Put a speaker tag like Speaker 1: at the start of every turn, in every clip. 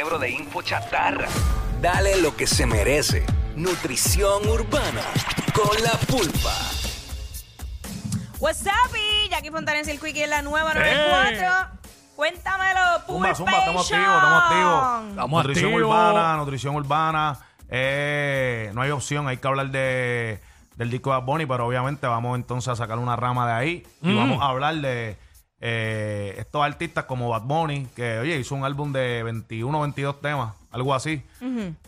Speaker 1: mundo de info chatarra. Dale lo que se merece. Nutrición urbana con la pulpa.
Speaker 2: What's up, y Jackie Fontanes y el Quickie en la nueva 94. Cuéntamelo,
Speaker 3: Zumba,
Speaker 2: Pulpation.
Speaker 3: zumba, estamos activos, estamos activos.
Speaker 4: Estamos
Speaker 3: nutrición
Speaker 4: activos.
Speaker 3: urbana, nutrición urbana. Eh, no hay opción, hay que hablar de, del disco de Bad Bunny, pero obviamente vamos entonces a sacar una rama de ahí y
Speaker 4: Mm.
Speaker 3: vamos a hablar de eh, estos artistas como Bad Bunny, que oye, hizo un álbum de 21, 22 temas, algo así.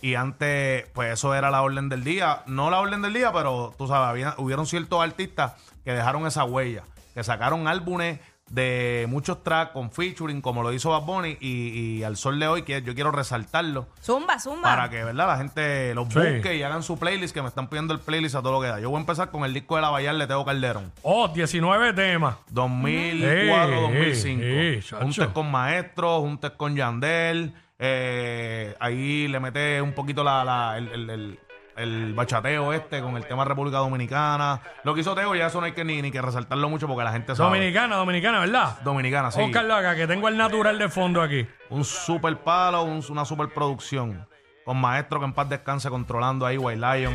Speaker 3: Y antes, pues eso era la orden del día. No la orden del día, pero tú sabes, había- hubieron ciertos artistas que dejaron esa huella, que sacaron álbumes de muchos tracks con featuring, como lo hizo Bad Bunny, y, y al sol de hoy, que yo quiero resaltarlo.
Speaker 2: Zumba, zumba.
Speaker 3: Para que, ¿verdad? La gente los
Speaker 4: Sí.
Speaker 3: busque y hagan su playlist, que me están pidiendo el playlist a todo lo que da. Yo voy a empezar con el disco de la Bayar de Teo Calderón.
Speaker 4: Oh, 19 temas.
Speaker 3: 2004-2005.
Speaker 4: Eh, eh, chacho.
Speaker 3: juntes con Maestro, juntes con Yandel. eh, ahí le mete un poquito la, la- el, el- el- el bachateo este con el tema República Dominicana. Lo que hizo Teo ya eso no hay que ni, ni que resaltarlo mucho porque la gente sabe.
Speaker 4: Dominicana, dominicana, ¿verdad?
Speaker 3: Dominicana, sí. Eh.
Speaker 4: Oscar Laga, que tengo el natural de fondo aquí.
Speaker 3: Un super palo, un- una super producción. Con Maestro que en paz descanse controlando ahí White Lion.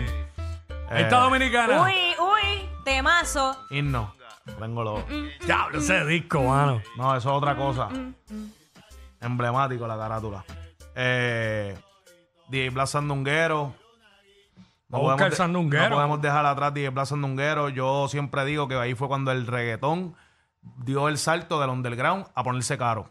Speaker 4: Ahí Está
Speaker 3: Eh,
Speaker 4: dominicana.
Speaker 2: Uy, uy, temazo.
Speaker 3: Himno. Tengo los...
Speaker 4: Diablo, ese disco, mano.
Speaker 3: No, eso es otra cosa. Emblemático la carátula. Eh, DJ Blas Sandunguero.
Speaker 4: Oscar
Speaker 3: de-
Speaker 4: Sandunguero.
Speaker 3: no podemos dejar atrás DJ Blas Sandunguero. Yo siempre digo que ahí fue cuando el reggaetón dio el salto del underground a ponerse caro.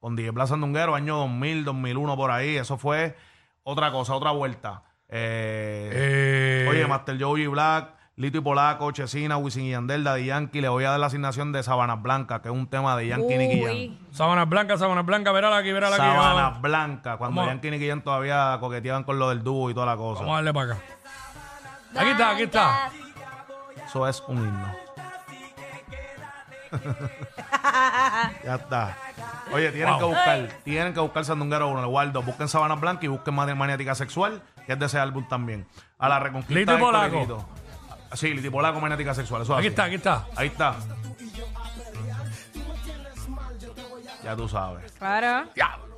Speaker 3: Con DJ Blas Sandunguero, año 2000, 2001, por ahí. Eso fue otra cosa, otra vuelta. Eh,
Speaker 4: Eh,
Speaker 3: Oye, Master Joey Black, Lito y Polaco, Chesina, Wisin y Yandel, Daddy Yankee. Le voy a dar la asignación de Sabanas Blancas, que es un tema de Yankee y Nicky Jam.
Speaker 2: Uy.
Speaker 4: Sábanas blancas, sábanas blancas, verá aquí, verá aquí.
Speaker 3: Sabanas Blancas, cuando
Speaker 4: Vamos.
Speaker 3: Yankee y Nicky Jam todavía coqueteaban con lo del dúo y toda la cosa.
Speaker 4: Vamos a darle para acá. Aquí está, aquí está.
Speaker 3: Eso es un himno. ya está. Oye, tienen
Speaker 4: Wow.
Speaker 3: que buscar, tienen que buscar Sandunguero 1, Eduardo. Busquen Sabanas Blancas y busquen Mani- Maniática Sexual, que es de ese álbum también. A la reconquista.
Speaker 4: Lito y
Speaker 3: del
Speaker 4: Polaco.
Speaker 3: Corinito. Sí, Lito y Polaco, Maniática Sexual. Eso es
Speaker 4: Aquí
Speaker 3: así.
Speaker 4: está, aquí está.
Speaker 3: Ahí está. Ya tú sabes.
Speaker 2: Claro.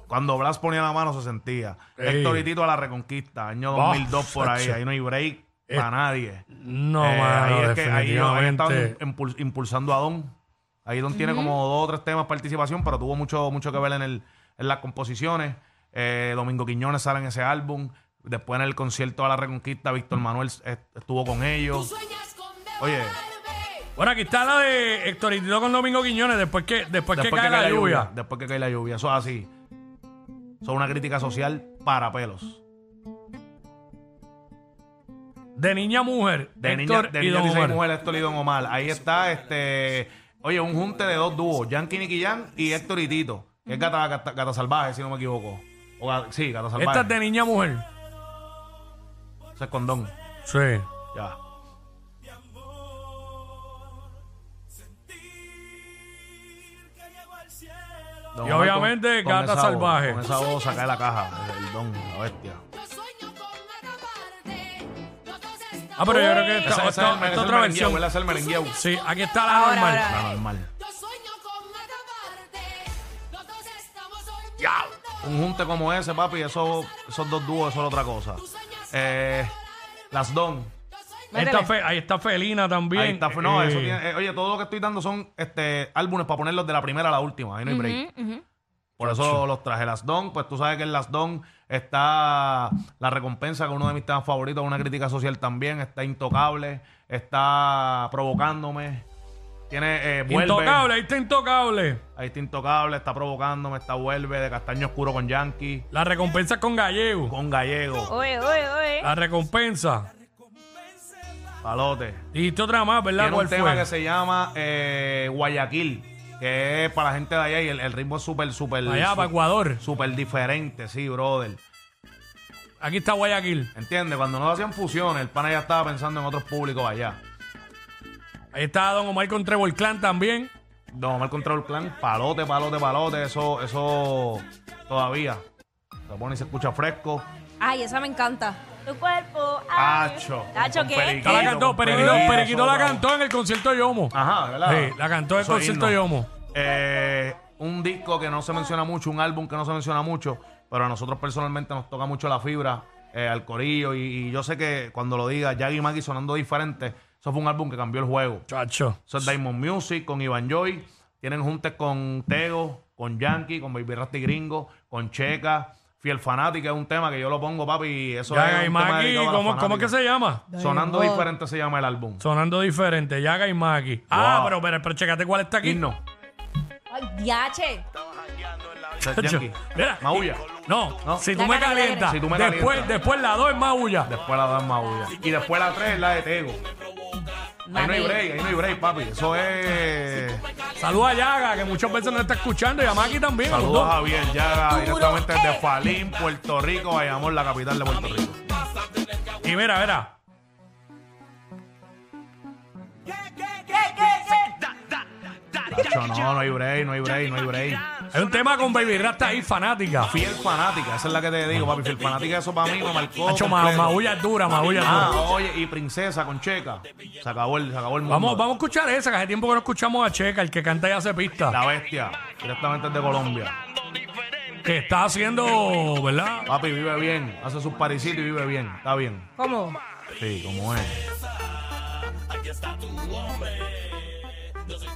Speaker 3: Cuando Blas ponía la mano se sentía.
Speaker 4: Ey.
Speaker 3: Héctor y Tito a la Reconquista, año
Speaker 4: Bah,
Speaker 3: 2002 por ahí.
Speaker 4: chacho. Eh,
Speaker 3: Ahí no hay break para nadie.
Speaker 4: No,
Speaker 3: Eh,
Speaker 4: mano,
Speaker 3: ahí es que ahí, no, ahí estaban
Speaker 4: definitivamente.
Speaker 3: impul- impulsando a Don. Ahí Don tiene como dos o tres temas de participación, pero tuvo mucho, mucho que ver en, el, en las composiciones. Eh, Domingo Quiñones sale en ese álbum. Después en el concierto a la Reconquista, Víctor Manuel eh, estuvo con ellos. Oye,
Speaker 4: Bueno, aquí está la de Héctoritito con Domingo Quiñones después que, después que
Speaker 3: después
Speaker 4: cae la lluvia.
Speaker 3: Después que cae la lluvia. Eso es así. Eso es una crítica social para pelos.
Speaker 4: De niña a mujer.
Speaker 3: De niña,
Speaker 4: Héctor
Speaker 3: de
Speaker 4: y
Speaker 3: niña
Speaker 4: Don
Speaker 3: dice
Speaker 4: Omar.
Speaker 3: mujer, Héctor y Don Omar. Ahí está, este. Oye, un junte de dos dúos, Yankee Nicky Jam y Héctor y Tito. Que es gata, gata, Gata salvaje, si no me equivoco. O ga- sí, gata salvaje.
Speaker 4: Esta es de niña a mujer.
Speaker 3: Eso es condón.
Speaker 4: Sí.
Speaker 3: Ya. Don
Speaker 4: Y
Speaker 3: Omar
Speaker 4: obviamente, Gata
Speaker 3: esa voz,
Speaker 4: Salvaje.
Speaker 3: con esa voz saca de la caja. El don, la bestia.
Speaker 4: Ah, pero yo creo que
Speaker 2: Uy.
Speaker 4: esta,
Speaker 3: Esa-
Speaker 4: esta-
Speaker 3: esa es el-
Speaker 4: esta
Speaker 3: ese es el
Speaker 4: otra
Speaker 3: merengueo,
Speaker 4: versión.
Speaker 3: vuelve a ser el merengueo.
Speaker 4: Sí, aquí está la
Speaker 2: Ahora,
Speaker 4: normal.
Speaker 2: ahora.
Speaker 3: La normal.
Speaker 5: Yo sueño con acabarte, los dos estamos soñando.
Speaker 3: Un junte como ese, papi, eso, esos dos dúos, eso es otra cosa. Eh, las don.
Speaker 4: Ahí está, Fe- ahí está Felina también.
Speaker 3: Ahí está, no,
Speaker 4: Eh,
Speaker 3: eso tiene- eh, oye, todo lo que estoy dando son este álbumes para ponerlos de la primera a la última. Ahí no hay break. Por eso los traje. Las Don, pues tú sabes que en Las Don está La Recompensa, que es uno de mis temas favoritos, una crítica social también. Está Intocable, está Provocándome. Tiene eh, Vuelve.
Speaker 4: Intocable, ahí está Intocable.
Speaker 3: Ahí está Intocable, está Provocándome, está Vuelve, de Castaño Oscuro con Yankee,
Speaker 4: La recompensa con Gallego.
Speaker 3: con Gallego,
Speaker 2: Uy, uy,
Speaker 3: Ah.
Speaker 2: uy.
Speaker 4: La recompensa.
Speaker 3: Palote.
Speaker 4: Dijiste otra más, ¿verdad?
Speaker 3: Tiene un
Speaker 4: ¿Cuál
Speaker 3: tema
Speaker 4: fue?
Speaker 3: que se llama eh, Guayaquil, que es para la gente de allá y el, el ritmo es súper, súper.
Speaker 4: Allá, para
Speaker 3: súper-
Speaker 4: Ecuador.
Speaker 3: Súper diferente, sí, brother.
Speaker 4: Aquí está Guayaquil.
Speaker 3: ¿Entiendes? Cuando no hacían fusiones, el pana ya estaba pensando en otros públicos allá.
Speaker 4: Ahí está Don Omar con Trevor Clan también.
Speaker 3: Don Omar contra el clan, palote, palote, palote, eso, eso todavía. Se pone y se escucha fresco.
Speaker 2: Ay, esa me encanta. Tu cuerpo.
Speaker 3: Acho,
Speaker 2: Tacho,
Speaker 3: con
Speaker 2: ¿qué?
Speaker 3: periquito.
Speaker 4: Ya la cantó, Periquito,
Speaker 3: Periquito,
Speaker 4: Periquito la
Speaker 3: sobrado.
Speaker 4: cantó en el concierto de Yomo.
Speaker 3: Ajá, ¿verdad?
Speaker 4: Sí, la cantó en el
Speaker 3: Eso es
Speaker 4: concierto
Speaker 3: himno.
Speaker 4: Yomo.
Speaker 3: Eh, un disco que no se menciona mucho, un álbum que no se menciona mucho, pero a nosotros personalmente nos toca mucho la fibra, eh, al corillo, y, y yo sé que cuando lo diga, Yagi y Maggie sonando diferente, eso fue un álbum que cambió el juego.
Speaker 4: Chacho.
Speaker 3: Eso es Diamond Music con Iván Joy. Tienen juntas con Tego, con Yankee, con Baby Rasty Gringo, con Checa. Fiel Fanática es un tema que yo lo pongo, papi. y Eso
Speaker 4: Yaga
Speaker 3: es
Speaker 4: y
Speaker 3: un tema
Speaker 4: Maki,
Speaker 3: dedicado a la
Speaker 4: ¿cómo, ¿cómo es que
Speaker 3: fanática.
Speaker 4: se llama?
Speaker 3: Sonando diferente se llama el álbum.
Speaker 4: Sonando diferente, Yaga y Maki. Ah,
Speaker 3: Wow.
Speaker 4: pero, pero, pero checate cuál está aquí.
Speaker 3: Himno.
Speaker 2: Ay, diache.
Speaker 4: Chacho.
Speaker 3: Yankee.
Speaker 4: Mira.
Speaker 3: Maulla.
Speaker 4: No,
Speaker 3: No.
Speaker 4: si
Speaker 2: La
Speaker 4: tú me
Speaker 2: cara que le
Speaker 4: calientas,
Speaker 3: eres. Si tú me
Speaker 4: después,
Speaker 3: calientas.
Speaker 4: después la 2 es Maulla.
Speaker 3: Después la dan Maulla. Y después la 3 es la de Tego. Ahí no hay break, ahí no hay break, papi. Eso es.
Speaker 4: Saludos a Yaga, que muchas veces nos está escuchando, y a Maki también. los
Speaker 3: Saludos
Speaker 4: dos.
Speaker 3: a Javier Yaga,
Speaker 2: Duro,
Speaker 3: directamente de
Speaker 2: eh.
Speaker 3: Falín, Puerto Rico. Vayamos, la capital de Puerto Rico.
Speaker 4: Y mira, mira.
Speaker 3: Chacho, no, no hay break, no hay break, no hay break.
Speaker 4: Hay un tema con Baby Rasta ahí, fanática.
Speaker 3: Fiel fanática, esa es la que te digo, papi. Fiel fanática, eso para mí me marcó.
Speaker 4: Hacho, ma-
Speaker 3: completo.
Speaker 4: Maulla es dura, Maulla es dura.
Speaker 3: Ah, oye, y princesa con checa. Se acabó el, se acabó el mundo.
Speaker 4: Vamos, vamos a escuchar esa, que hace tiempo que no escuchamos a Checa, el que canta y hace pista.
Speaker 3: La bestia, directamente de Colombia.
Speaker 4: Que está haciendo, ¿verdad?
Speaker 3: Papi vive bien, hace sus parisitos y vive bien, está bien.
Speaker 2: ¿Cómo?
Speaker 3: Sí, como es.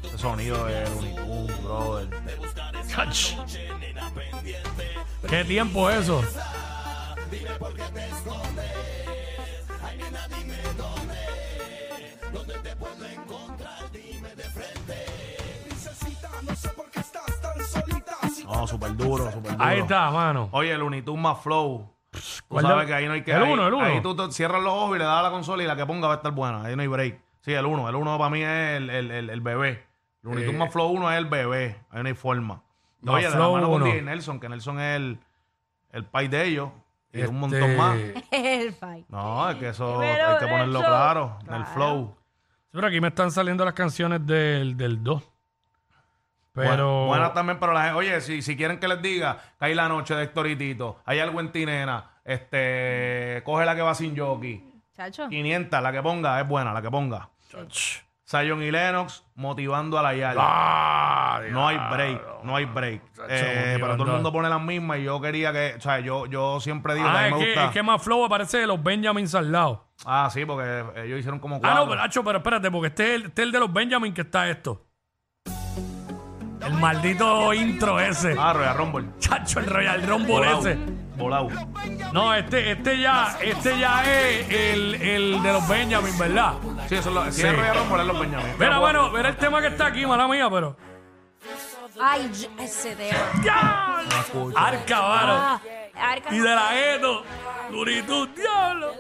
Speaker 3: Ese sonido del unicum, brother.
Speaker 4: ¿Qué tiempo es eso?
Speaker 3: No, súper duro, súper duro.
Speaker 4: Ahí está, mano.
Speaker 3: Oye, el unicum más flow. Tú
Speaker 4: ¿cuál de-
Speaker 3: sabes que ahí no hay que.
Speaker 4: el
Speaker 3: ahí-
Speaker 4: uno, el uno?
Speaker 3: Ahí tú te- cierras los ojos y le das a la consola y la que ponga va a estar buena. Ahí no hay break. Sí, el uno. El uno para mí es el, el, el, el bebé. El unicum más flow uno es el bebé. Ahí no hay forma.
Speaker 4: Más
Speaker 3: Oye, de la
Speaker 4: Flow
Speaker 3: mano con
Speaker 4: uno.
Speaker 3: DJ Nelson, que Nelson es el, el país de ellos. Y un montón
Speaker 4: Este,
Speaker 3: más.
Speaker 2: El fight.
Speaker 3: No, es que eso
Speaker 2: Pero
Speaker 3: hay que ponerlo
Speaker 2: Nelson.
Speaker 3: claro, en
Speaker 2: Claro.
Speaker 3: el flow.
Speaker 4: Pero aquí me están saliendo las canciones del, del 2.
Speaker 3: Bueno,
Speaker 4: Pero.
Speaker 3: buenas también para la gente. Oye, si, si quieren que les diga, cae la noche de Héctor y Tito, hay algo en ti, nena, este, coge la que va sin jockey,
Speaker 2: Chacho.
Speaker 3: 500, la que ponga, es buena, la que ponga.
Speaker 4: Ch-
Speaker 3: Zion y Lennox motivando a la Yali.
Speaker 4: Ah,
Speaker 3: No hay break, no hay break.
Speaker 4: Chacho,
Speaker 3: Eh,
Speaker 4: motivando.
Speaker 3: pero todo el mundo pone las mismas y yo quería que, o sea, yo, yo siempre digo que a
Speaker 4: Ah,
Speaker 3: mí
Speaker 4: es
Speaker 3: me
Speaker 4: que,
Speaker 3: gusta.
Speaker 4: es que más flow aparece de los Benjamins al lado.
Speaker 3: Ah, sí, porque ellos hicieron como
Speaker 4: Ah,
Speaker 3: cuatro.
Speaker 4: no, pero, Acho, pero espérate, porque este es, el, este es el de los Benjamins que está esto. El maldito intro ese.
Speaker 3: Ah, Royal Rumble.
Speaker 4: Chacho, el Royal Rumble ese.
Speaker 3: Volado.
Speaker 4: No, este, este ya, este ya es el, el de los Benjamins, ¿verdad?
Speaker 3: Sí, eso es lo, si
Speaker 4: Sí.
Speaker 3: es Royal Rumble, es los Benjamín.
Speaker 4: Mira, bueno, mira el tema que está aquí, mala mía, pero.
Speaker 2: Ay, yo- ese dedo.
Speaker 4: ¡Ya! Arca, varo.
Speaker 2: Ah, arca.
Speaker 4: Y de la Edo. Duritud, diablo.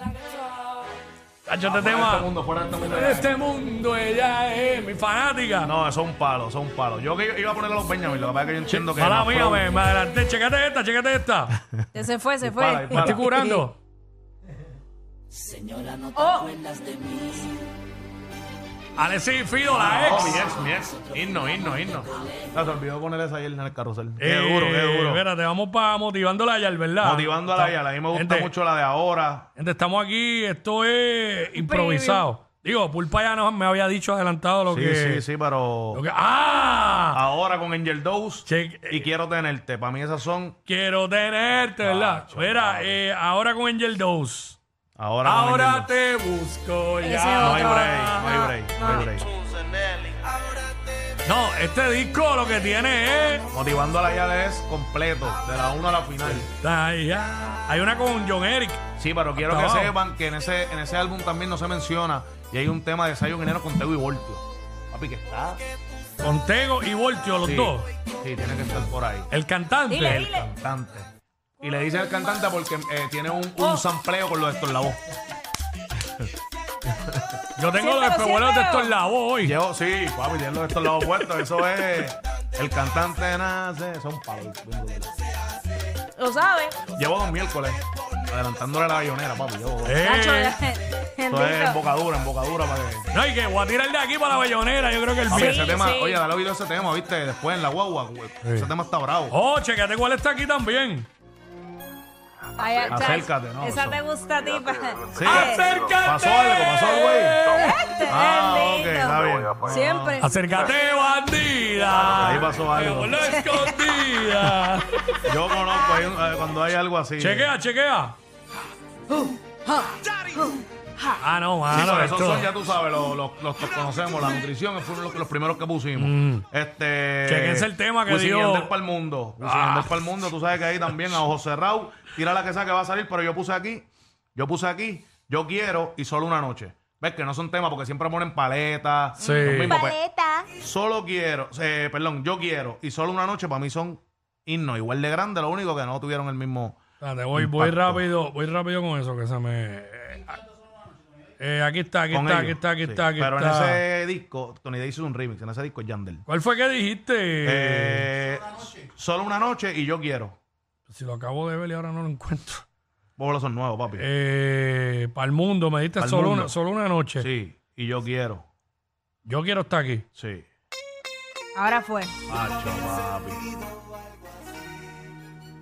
Speaker 4: Chacho, este
Speaker 3: Fuera de
Speaker 4: tema.
Speaker 3: este mundo, fuera de este mundo.
Speaker 4: En este mundo ella es mi fanática.
Speaker 3: No, eso es un palo, eso es un palo. Yo que iba a poner a los Benjamín, lo que pasa es que yo entiendo que.
Speaker 4: Mala
Speaker 3: más
Speaker 4: mía,
Speaker 3: flow-
Speaker 4: me, me adelanté. Chécate esta, chécate esta.
Speaker 3: E.
Speaker 2: Se fue, se
Speaker 3: Dispara,
Speaker 2: fue.
Speaker 4: Me estoy
Speaker 3: dispara.
Speaker 4: curando.
Speaker 2: Oh,
Speaker 4: Alexis Fido, la
Speaker 3: Oh, mi
Speaker 4: ex.
Speaker 3: ex, mi ex. Himno, himno, himno. No, se olvidó poner esa ayer en el carrusel. Qué
Speaker 4: Eh,
Speaker 3: duro, qué duro.
Speaker 4: Espérate, vamos para motivándola ayer, ¿verdad?
Speaker 3: Motivando a la Yala. A mí me gusta
Speaker 4: Gente,
Speaker 3: mucho la de ahora.
Speaker 4: Gente, estamos aquí, esto es improvisado. Digo, Pulpa ya nos, me había dicho adelantado lo
Speaker 3: Sí,
Speaker 4: que.
Speaker 3: sí, sí, pero.
Speaker 4: lo que- ¡Ah!
Speaker 3: Ahora con Angel Dose
Speaker 4: Che-
Speaker 3: y quiero tenerte. Para mí esas son.
Speaker 4: Quiero tenerte,
Speaker 3: Ah,
Speaker 4: ¿verdad? Mira, eh, ahora con Angel Dose.
Speaker 3: Ahora. con
Speaker 4: Ahora
Speaker 3: Angel Dose.
Speaker 4: te busco
Speaker 2: Ese
Speaker 3: No
Speaker 4: ya.
Speaker 3: hay
Speaker 2: otro.
Speaker 3: break, no hay break, no hay
Speaker 2: No.
Speaker 3: break.
Speaker 4: No, este disco lo que tiene es.
Speaker 3: Motivando a la Yala es completo, de la 1 a la final.
Speaker 4: Ay, ya. Hay una con John Eric.
Speaker 3: Sí, pero quiero
Speaker 4: Hasta
Speaker 3: que
Speaker 4: abajo.
Speaker 3: sepan que en ese, en ese álbum también no se menciona y hay un tema de Sayon Enero con Tego y Voltio. Papi, que está.
Speaker 4: Con Tego y Voltio, los
Speaker 3: Sí,
Speaker 4: dos.
Speaker 3: sí, tiene que estar por ahí.
Speaker 4: El cantante.
Speaker 2: Dile,
Speaker 3: El cantante. Y le dice al cantante porque eh, tiene un, un
Speaker 2: Oh.
Speaker 3: sampleo con los de la voz.
Speaker 4: Yo tengo
Speaker 2: Siéntalo,
Speaker 4: los espejuelos de
Speaker 2: siéntalo.
Speaker 4: estos lados hoy.
Speaker 3: Llevo, sí, papi, tiene los de la voz puestos. Eso es. El cantante nace. Son palos.
Speaker 2: lo sabe.
Speaker 3: Llevo dos miércoles adelantándole a la bayonera, papi. Llevo dos.
Speaker 4: Eh,
Speaker 2: Chacho,
Speaker 3: Eso es
Speaker 2: bendito.
Speaker 3: embocadura, embocadura para que.
Speaker 4: no, y que voy a tirar de aquí para la bayonera. Yo creo que el
Speaker 3: Papi,
Speaker 4: bien.
Speaker 3: ese tema,
Speaker 2: sí.
Speaker 3: oye, dale oído a ese tema, viste, después en la guagua, güey. ese tema está bravo.
Speaker 4: Oh, checate cuál está aquí también.
Speaker 2: Ay, ay, chacho.
Speaker 3: Acércate, no,
Speaker 2: Esa
Speaker 3: eso.
Speaker 2: te gusta a ti. pues. Ah, pa.
Speaker 3: Sí.
Speaker 4: ¡Acércate!
Speaker 3: Pasó algo, pasó algo ahí.
Speaker 2: Este,
Speaker 3: Ah, ok,
Speaker 2: bendito. pues.
Speaker 3: está bien.
Speaker 2: Siempre.
Speaker 4: Acércate, bandida.
Speaker 3: Ahí pasó algo.
Speaker 4: Por la escondida. ya.
Speaker 3: Yo conozco hay un- eh, cuando hay algo así.
Speaker 4: Chequea, chequea. Ah, no,
Speaker 3: Sí,
Speaker 4: mano.
Speaker 3: pero esos
Speaker 4: esto.
Speaker 3: son, ya tú sabes, los, los, los que conocemos, la nutrición, fueron los, los primeros que pusimos. Este,
Speaker 4: Chequense el tema que
Speaker 3: Wisin y
Speaker 4: dio-
Speaker 3: Yandel pa'l mundo. Ah. Wisin y Yandel pa'l mundo, tú sabes que ahí también a ojo cerrado, tira la que sea que va a salir, pero yo puse aquí, yo puse aquí, yo quiero y solo una noche. ¿Ves que no son temas porque siempre ponen paletas?
Speaker 4: Sí.
Speaker 3: los mismos, pues,
Speaker 6: Paleta.
Speaker 3: solo quiero, eh, perdón, yo quiero y solo una noche para mí son himnos igual de grandes, lo único que no tuvieron el mismo...
Speaker 4: Espérate, voy, voy
Speaker 3: Impacto.
Speaker 4: rápido, voy rápido con eso que se me. Eh, aquí está, aquí
Speaker 3: con
Speaker 4: está,
Speaker 3: ellos.
Speaker 4: aquí está, aquí
Speaker 3: Sí.
Speaker 4: está, aquí
Speaker 3: Pero
Speaker 4: está.
Speaker 3: en ese disco, Tony Day hizo un remix, en ese disco es Yandel.
Speaker 4: ¿Cuál fue que dijiste?
Speaker 3: Eh, solo una noche y yo quiero.
Speaker 4: Si lo acabo de ver y ahora no lo encuentro.
Speaker 3: Vos son nuevos, papi.
Speaker 4: Eh, para el mundo, me diste
Speaker 3: Pa'l
Speaker 4: solo
Speaker 3: mundo.
Speaker 4: una, solo una noche.
Speaker 3: Sí, y yo quiero.
Speaker 4: Yo quiero estar aquí.
Speaker 3: Sí.
Speaker 2: Ahora fue.
Speaker 3: Macho, papi.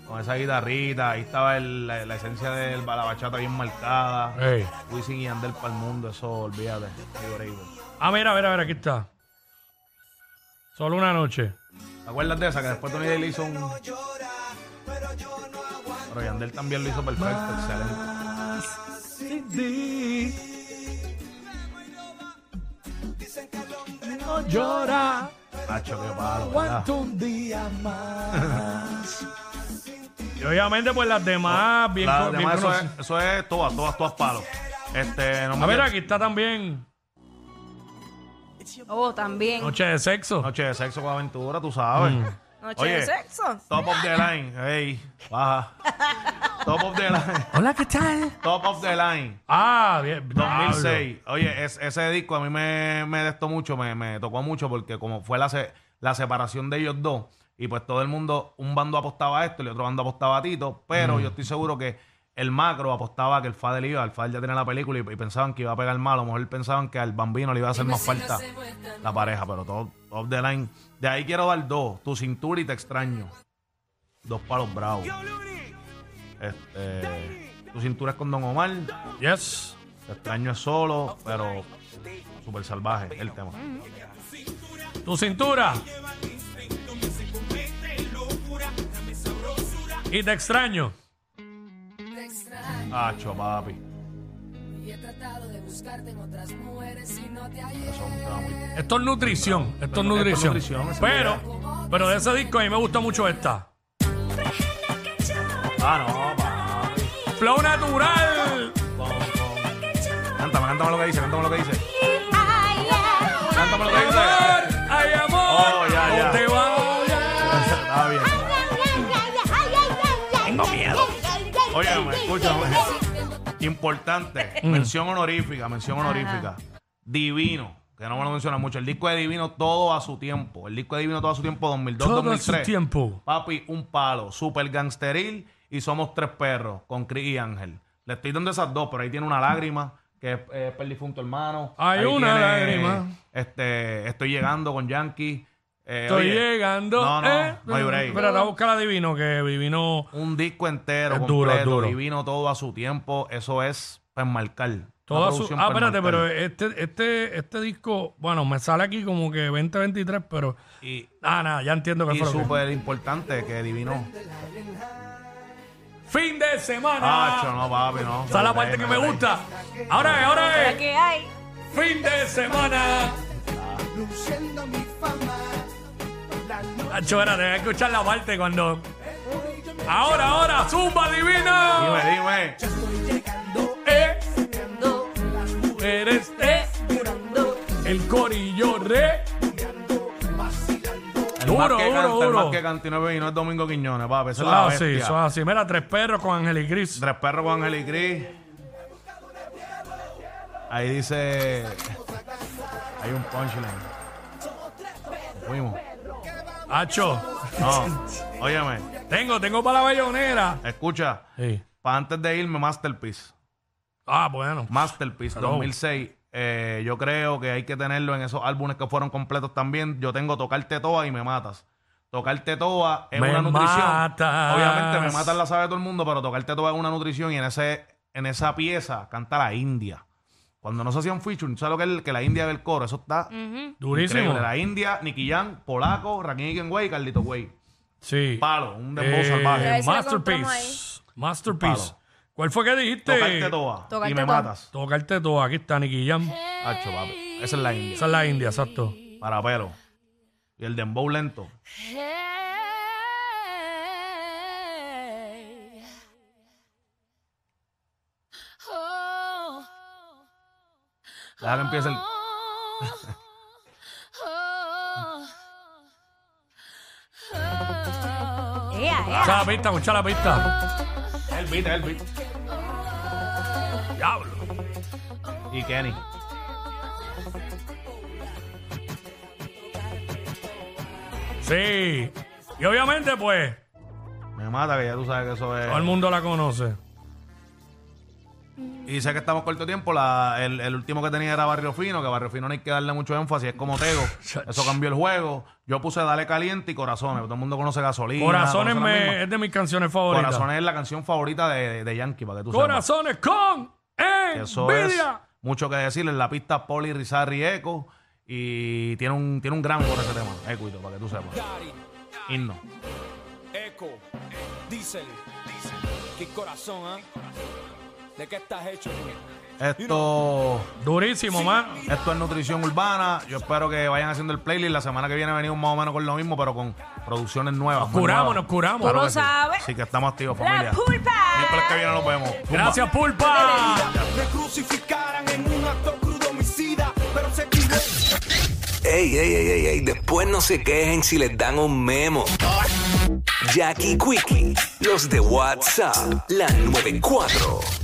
Speaker 3: Con esa guitarrita, ahí estaba el- la, la esencia de la bachata bien marcada.
Speaker 4: Ey.
Speaker 3: Wisin y Andel para el mundo, eso olvídate. Favorable.
Speaker 4: Ah, mira, mira, mira, aquí está. Solo una noche.
Speaker 3: ¿Te acuerdas de esa? Que después Tony Day le hizo un. Pero Yandel también lo hizo perfecto, excelente.
Speaker 4: Llora,
Speaker 3: Nacho, qué palo, ¿verdad?
Speaker 4: un día más. y obviamente, pues las demás, bien,
Speaker 3: La-
Speaker 4: con- bien
Speaker 3: además, eso
Speaker 4: conocidas.
Speaker 3: es, eso es todas, todas, todas palos. Este, no me
Speaker 4: A ver, aquí está también
Speaker 2: Oh, también.
Speaker 4: Noche de Sexo.
Speaker 3: Noche de sexo con aventura, tú sabes.
Speaker 2: Noche
Speaker 3: Oye,
Speaker 2: de sexo.
Speaker 3: Top of the line, hey, baja. top of the line,
Speaker 4: Hola, ¿qué tal?
Speaker 3: top of the line.
Speaker 4: Ah, bien.
Speaker 3: 2006. Oye, es- ese disco a mí me, me destó mucho, me, me tocó mucho porque como fue la, se- la separación de ellos dos y pues todo el mundo, un bando apostaba a esto y el otro bando apostaba a Tito, pero yo estoy seguro que el macro apostaba que el Fader iba, el Fader ya tenía la película y, y pensaban que iba a pegar mal, a lo mejor pensaban que al bambino le iba a hacer más falta la pareja, pero todo off the line. De ahí quiero dar dos, tu cintura y te extraño. Dos palos bravos. Este, tu cintura es con Don Omar.
Speaker 4: Diablo. Yes.
Speaker 3: Te extraño es solo, pero súper salvaje el tema.
Speaker 4: Tu cintura. Y te extraño.
Speaker 3: Acho, papi.
Speaker 5: Y he tratado de buscarte en otras mujeres y no te hallé.
Speaker 3: Eso es un tema muy...
Speaker 4: Esto es nutrición. Esto es nutrición.
Speaker 3: nutrición, esa
Speaker 4: Pero, pero de ese disco a mí me gusta mucho esta.
Speaker 3: Ah, no, papi.
Speaker 4: Flow natural.
Speaker 3: Con- con- Cántame, cántame lo que dice, cántame lo que dice. Cántame lo que dice.
Speaker 4: Amor, ay amor.
Speaker 3: Oh, ya, ya.
Speaker 4: No te va a doler.
Speaker 3: Está bien.
Speaker 6: Tengo miedo.
Speaker 3: Óyeme, escúchame. Importante.
Speaker 4: Mm.
Speaker 3: mención honorífica, mención honorífica. Divino. Que no me lo menciona mucho. El disco de Divino todo a su tiempo. El disco de Divino todo a su tiempo 2002,
Speaker 4: Todo a su
Speaker 3: 2003.
Speaker 4: tiempo.
Speaker 3: Papi, un palo. Super gangsteril. Y somos tres perros con Chris y Ángel. Le estoy dando esas dos, pero ahí tiene una lágrima. Que es, es Perdifunto Hermano.
Speaker 4: Hay
Speaker 3: Ahí
Speaker 4: una lágrima.
Speaker 3: Este, estoy llegando con Yankee. Eh,
Speaker 4: Estoy
Speaker 3: oye,
Speaker 4: llegando.
Speaker 3: No, no,
Speaker 4: eh.
Speaker 3: no hay break.
Speaker 4: Pero ahora buscar a Divino, que Divino.
Speaker 3: Un disco entero,
Speaker 4: Es duro,
Speaker 3: completo,
Speaker 4: es duro.
Speaker 3: divino, todo a su tiempo. Eso es para enmarcar.
Speaker 4: Toda
Speaker 3: Una
Speaker 4: su,
Speaker 3: producción
Speaker 4: ah,
Speaker 3: pa'
Speaker 4: espérate,
Speaker 3: enmarcar.
Speaker 4: pero este, este, este disco, bueno, me sale aquí como que 2023, pero.
Speaker 3: Y,
Speaker 4: Ah, nada, ya entiendo que
Speaker 3: y
Speaker 4: fue lo que-
Speaker 3: súper importante que divino.
Speaker 4: Fin de semana.
Speaker 3: Acho, no, papi, no.
Speaker 4: Esa es la parte que me gusta. Ahora es, ahora
Speaker 2: Ahora
Speaker 4: es.
Speaker 2: que hay.
Speaker 4: Fin de semana. Nacho, espérate, voy a escuchar la parte cuando. Ahora, ahora, zumba divino.
Speaker 3: Dime, dime.
Speaker 4: Eh, mujeres, eh, el corillo re.
Speaker 3: El
Speaker 4: Duro,
Speaker 3: más que
Speaker 4: duro,
Speaker 3: canta, el
Speaker 4: duro.
Speaker 3: más que canta y no es vino es Domingo Quiñones, papi. Esa es
Speaker 4: Eso
Speaker 3: la
Speaker 4: es así,
Speaker 3: bestia.
Speaker 4: Ah, eso es así. Mira, tres perros con Ángel y Gris.
Speaker 3: Tres perros con Ángel y Cris. Ahí dice. Hay un punchline. Fuimos.
Speaker 4: Hacho,
Speaker 3: No, óyeme,
Speaker 4: tengo, tengo para la bayonera.
Speaker 3: escucha. Para antes de irme, Masterpiece.
Speaker 4: Ah, bueno.
Speaker 3: Masterpiece 2006. Eh, yo creo que hay que tenerlo en esos álbumes que fueron completos también. Yo tengo Tocarte Toa y Me Matas. Tocarte Toa es
Speaker 4: Me
Speaker 3: una nutrición.
Speaker 4: matas.
Speaker 3: Obviamente Me Matas la sabe todo el mundo, pero Tocarte Toa es una nutrición y en, ese, en esa pieza canta la India. Cuando no se hacían featuring, ¿sabes lo que es el- que la India del coro? Eso está
Speaker 4: Durísimo.
Speaker 3: increíble. La India, Nicky Jam, Polaco, Rakim Ikenway y Carlito Way.
Speaker 4: Sí.
Speaker 3: Palo, un dembow
Speaker 4: Eh,
Speaker 2: Pero
Speaker 3: salvaje.
Speaker 2: ahí se lo compramos
Speaker 4: masterpiece. Masterpiece.
Speaker 3: Palo.
Speaker 4: ¿Cuál fue que dijiste?
Speaker 3: Tocarte toa
Speaker 2: Tocarte
Speaker 3: y me
Speaker 2: toa.
Speaker 3: matas.
Speaker 4: Tocarte todo. Aquí está Nicky Jam.
Speaker 3: Hacho, papi. Esa es la india.
Speaker 4: Esa es la India, exacto.
Speaker 3: Para pelo. Y el dembow lento.
Speaker 5: Hey. Oh.
Speaker 3: Deja que empiece el.
Speaker 5: Oh. Oh. Oh.
Speaker 2: Ea, ea.
Speaker 4: Escucha la pista, escucha la pista. Ah.
Speaker 3: Es el beat, es el beat.
Speaker 4: Diablo.
Speaker 3: Y Kenny.
Speaker 4: Sí. Y obviamente, pues,
Speaker 3: Me mata, que ya tú sabes que eso
Speaker 4: todo el
Speaker 3: es.
Speaker 4: mundo la conoce.
Speaker 3: Y sé que estamos corto tiempo. La, el, el último que tenía era Barrio Fino, que Barrio Fino no hay que darle mucho énfasis, es como Tego. Eso cambió el juego. Yo puse Dale Caliente y Corazones. Todo el mundo conoce gasolina.
Speaker 4: Corazones
Speaker 3: conoce la misma.
Speaker 4: me- es de mis canciones favoritas.
Speaker 3: Corazones es la canción favorita de, de Yankee, para que tú sepas.
Speaker 4: Corazones con
Speaker 3: Eso
Speaker 4: envidia.
Speaker 3: es mucho que decirle. En la pista Poli Rizarri Eco. Y tiene un, tiene un gran por ese tema. Ecuito, para que tú sepas.
Speaker 6: Daddy,
Speaker 3: Himno.
Speaker 6: Eco, Diesel, qué corazón, ¿ah? ¿De qué estás hecho?
Speaker 3: Esto,
Speaker 4: Durísimo, man.
Speaker 3: esto es nutrición urbana. Yo espero que vayan haciendo el playlist. La semana que viene venimos más o menos con lo mismo, pero con producciones nuevas.
Speaker 4: Nos
Speaker 3: muy
Speaker 4: curamos,
Speaker 3: nuevas.
Speaker 4: nos curamos.
Speaker 2: Tú
Speaker 3: Claro
Speaker 2: lo
Speaker 3: que sí.
Speaker 2: sabes.
Speaker 3: Así que estamos activos,
Speaker 2: La
Speaker 3: familia. Miércoles que
Speaker 2: pulpa.
Speaker 3: viene nos vemos. Zumba.
Speaker 4: Gracias, Pulpa.
Speaker 6: Me crucificaran en un acto crudo homicida, pero se equivocó.
Speaker 1: Ey, ey, ey, ey, ey, después no se quejen si les dan un memo. Jackie Quickie, los de WhatsApp, la 94.